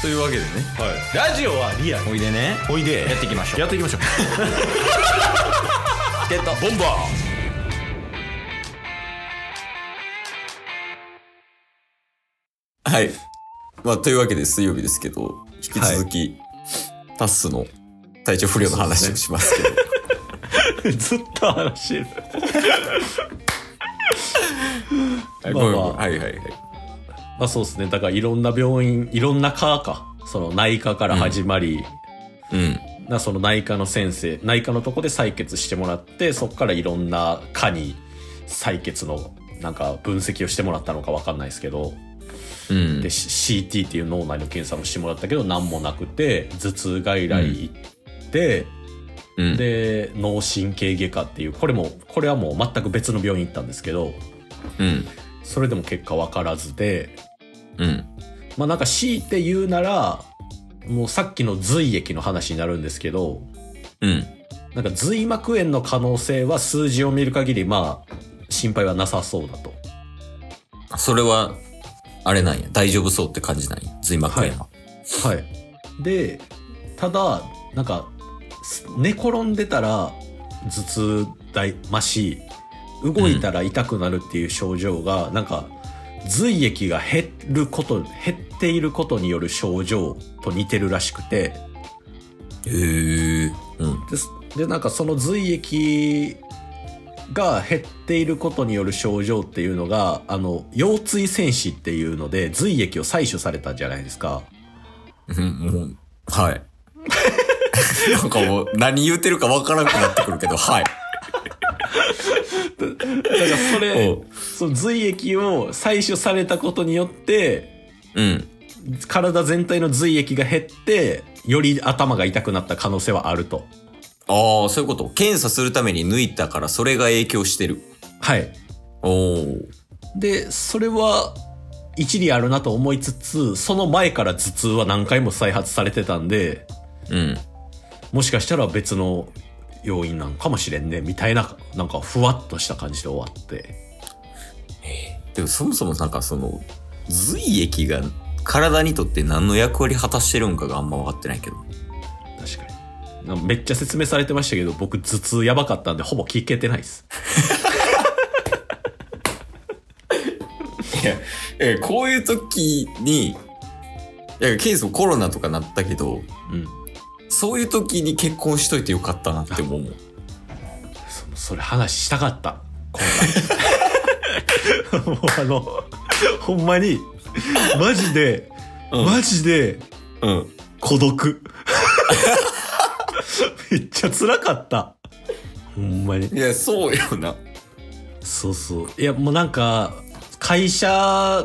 というわけでねはい、ラジオはリアルおいでねおいでやっていきましょうやっていきましょうゲットボンバはいまあというわけで水曜日ですけど引き続き、タッスの体調不良の話をしますけど ーずっと話してるはいまあまあごめんごめんはいはいはいまあそうですねだからいろんな病院いろんな科かその内科から始まり、うんなその内科の先生内科のとこで採血してもらってそこからいろんな科に採血のなんか分析をしてもらったのかわかんないですけどうんで、C- CT っていう脳内の検査もしてもらったけど何もなくて頭痛外来行って、うん、で脳神経外科っていうこれもこれはもう全く別の病院行ったんですけどうんそれでも結果分からずでうんまあなんか強いて言うならもうさっきの髄液の話になるんですけどうんなんか髄膜炎の可能性は数字を見る限りまあ心配はなさそうだとそれはあれなんや大丈夫そうって感じなんや髄膜炎は、はいでただなんかす寝転んでたら頭痛大まし動いたら痛くなるっていう症状が、なんか髄液が減ること減っていることによる症状と似てるらしくてへえうんですでなんかその髄液が減っていることによる症状っていうのがあの腰椎戦士っていうので髄液を採取されたじゃないですか。うんうんはい なんかもう何言うてるかわからなくなってくるけどはいだからそれ お、その髄液を採取されたことによって、うん体全体の髄液が減って、より頭が痛くなった可能性はあると。ああそういうこと検査するために抜いたからそれが影響してるはい。おおで、それは、一理あるなと思いつつ、その前から頭痛は何回も再発されてたんで、うんもしかしたら別の要因なんかもしれんね、みたいな、なんかふわっとした感じで終わって。でもそもそもなんかその髄液が体にとって何の役割果たしてるんかがあんま分かってないけど確かに。なんかめっちゃ説明されてましたけど、僕頭痛やばかったんで、ほぼ聞けてないです。いや、えこういう時に、いや、ケースもコロナとかなったけど、うん。そういう時に結婚しといてよかったなって思う。そそれ話したかった 今回 もうあのほんまにマジで、うんマジでうん。孤独 めっちゃ辛かったほんまにいや、そうよな。そうそういやもうなんか会社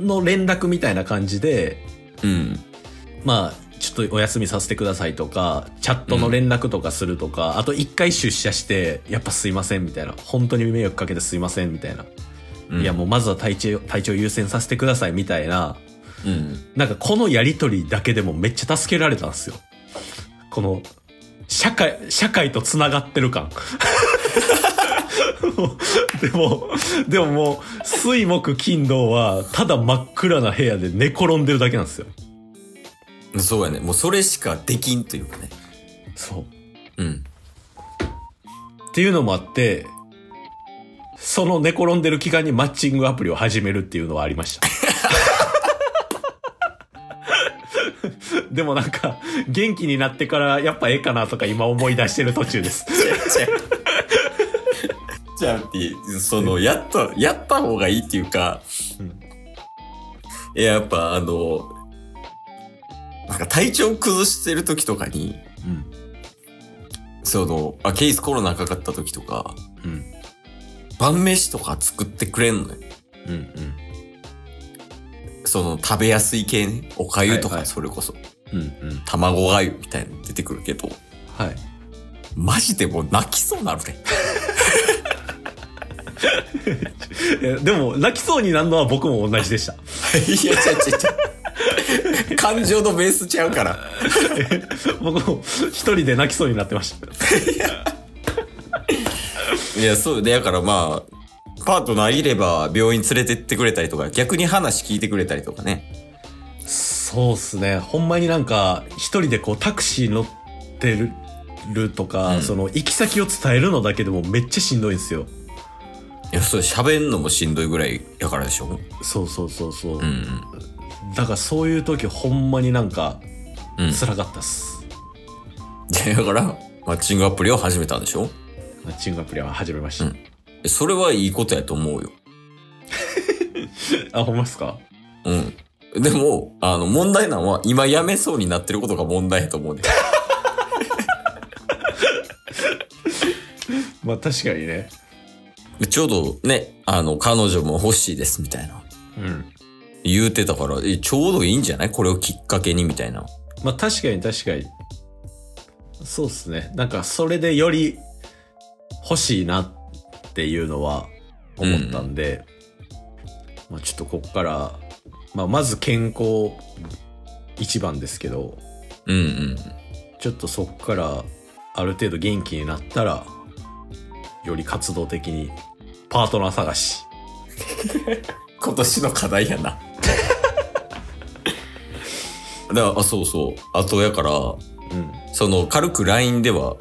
の連絡みたいな感じでうん。まあちょっとお休みさせてくださいとかチャットの連絡とかするとか、あと一回出社してやっぱすいませんみたいな本当に迷惑かけてすいませんみたいなうんいやもうまずは体調、体調優先させてくださいみたいな、うん。なんかこのやりとりだけでもめっちゃ助けられたんですよ。この、社会、社会と繋がってる感。 もうでも、でももう、水木金土は、ただ真っ暗な部屋で寝転んでるだけなんですよ。そうやね。もうそれしかできんというかね。そう。うん。っていうのもあって、その寝転んでる期間にマッチングアプリを始めるっていうのはありました。でもなんか、元気になってからやっぱええかなとか今思い出してる途中です。じゃあ、その、やっと、やった方がいいっていうか、うんいややっぱあの、なんか体調崩してる時とかに、うん。その、あ、ケースコロナかかった時とか、うん。晩飯とか作ってくれんのよ。うん。うん。その食べやすい系ね。おかゆとはいはかいそれこそ、うん。うん。卵がゆみたいなの出てくるけど、はい。マジでもう泣きそうなる ね。いやでも、泣きそうになるのは僕も同じでした。いや、ちゃちゃちゃ。 感情のベースちゃうから。僕も一人で泣きそうになってました。いや、そうね。だからまあ、パートナーいれば病院連れてってくれたりとか、逆に話聞いてくれたりとかね。そうっすねほんまになんか一人でこうタクシー乗ってるとか、うんその行き先を伝えるのだけでもめっちゃしんどいんですよいや、それ喋んのもしんどいぐらいやからでしょそうそうそうそう、うんだからそういう時ほんまになんかうん。うん。辛かったっす、でだから、マッチングアプリを始めたんでしょマッチングアプリは始めました、うんそれはいいことやと思うよ。あほんまっすかうん。でも、あの、問題なのは、今やめそうになってることが問題やと思うね。まあ確かにねちょうどね、あの、彼女も欲しいです、みたいな。うん言うてたから、え、ちょうどいいんじゃないこれをきっかけに、みたいな。まあ確かに確かにそうっすねなんかそれでより欲しいなっていうのは思ったんで、まあちょっとここから、まあ、まず健康一番ですけどうんうん。ちょっとそこからある程度元気になったらより活動的にパートナー探し今年の課題や な。だから、あ、そうそう。あとやから、うんその、軽く LINE では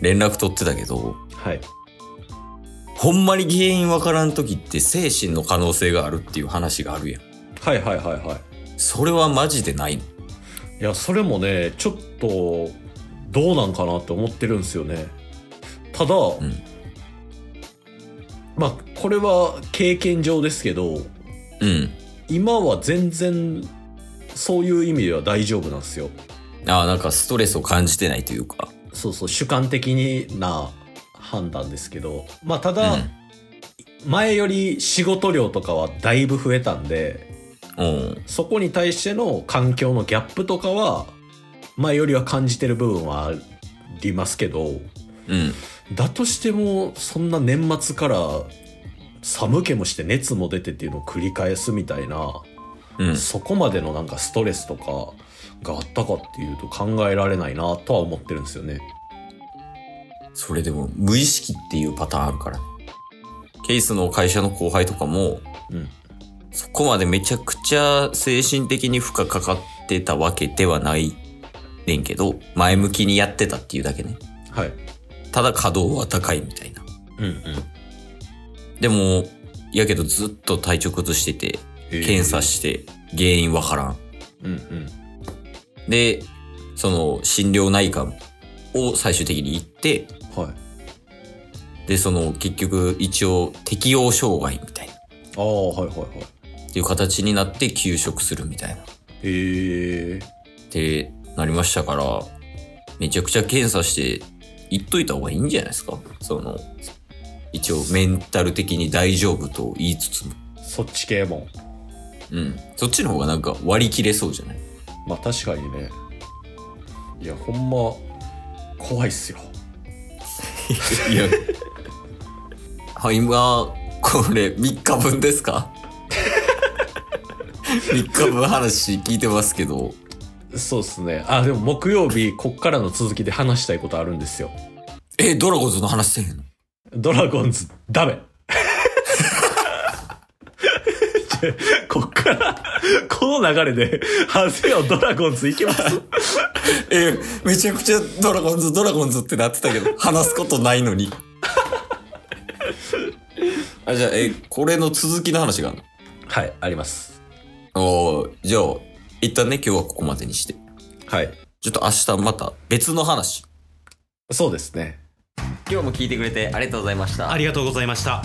連絡取ってたけど、はいほんまに原因わからん時って精神の可能性があるっていう話があるやん。はいはいはいはいそれはマジでないの。いやそれもねちょっとどうなんかなって思ってるんですよねただ、んまあこれは経験上ですけどうん。今は全然そういう意味では大丈夫なんですよああ、なんかストレスを感じてないというか。そうそう主観的な判断ですけどまあただ、うん前より仕事量とかはだいぶ増えたんでうん。そこに対しての環境のギャップとかは前よりは感じてる部分はありますけどうん。だとしてもそんな年末から寒気もして熱も出てっていうのを繰り返すみたいな、うん。そこまでのなんかストレスとかがあったかっていうと考えられないなとは思ってるんですよねそれでも無意識っていうパターンあるからね。ケイスの会社の後輩とかも、うんそこまでめちゃくちゃ精神的に負荷かかってたわけではないねんけど、前向きにやってたっていうだけね。はいただ稼働は高いみたいな。うんうんでも、やけどずっと体調崩してて、検査して原因わからん。うんうんで、その心療内科を最終的に行って、はいで、その結局一応適応障害みたいな。ああはいはいはいっていう形になって休職するみたいな。っへえてなりましたから、めちゃくちゃ検査して、言っといた方がいいんじゃないですかその、一応メンタル的に大丈夫と言いつつも。そっち系もうん。そっちの方がなんか割り切れそうじゃないまあ確かにねいやほんま怖いっすよいや。はい、今、これ3日分ですか ?3 日分話聞いてますけど。そうっすねあでも木曜日こっからの続きで話したいことあるんですよえ、ドラゴンズの話せへんのドラゴンズ、ダ メ。こっから、この流れで、ハゼよドラゴンズいきますえ、めちゃくちゃドラゴンズ、ドラゴンズってなってた けど、話すことないのに。あ、じゃあ、え、これの続きの話があるはい、あります。のおーじゃあ、一旦ね、今日はここまでにして。はい。ちょっと明日また別の話。そうですね。今日も聞いてくれてありがとうございましたあ。りがとうございました。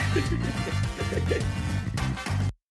す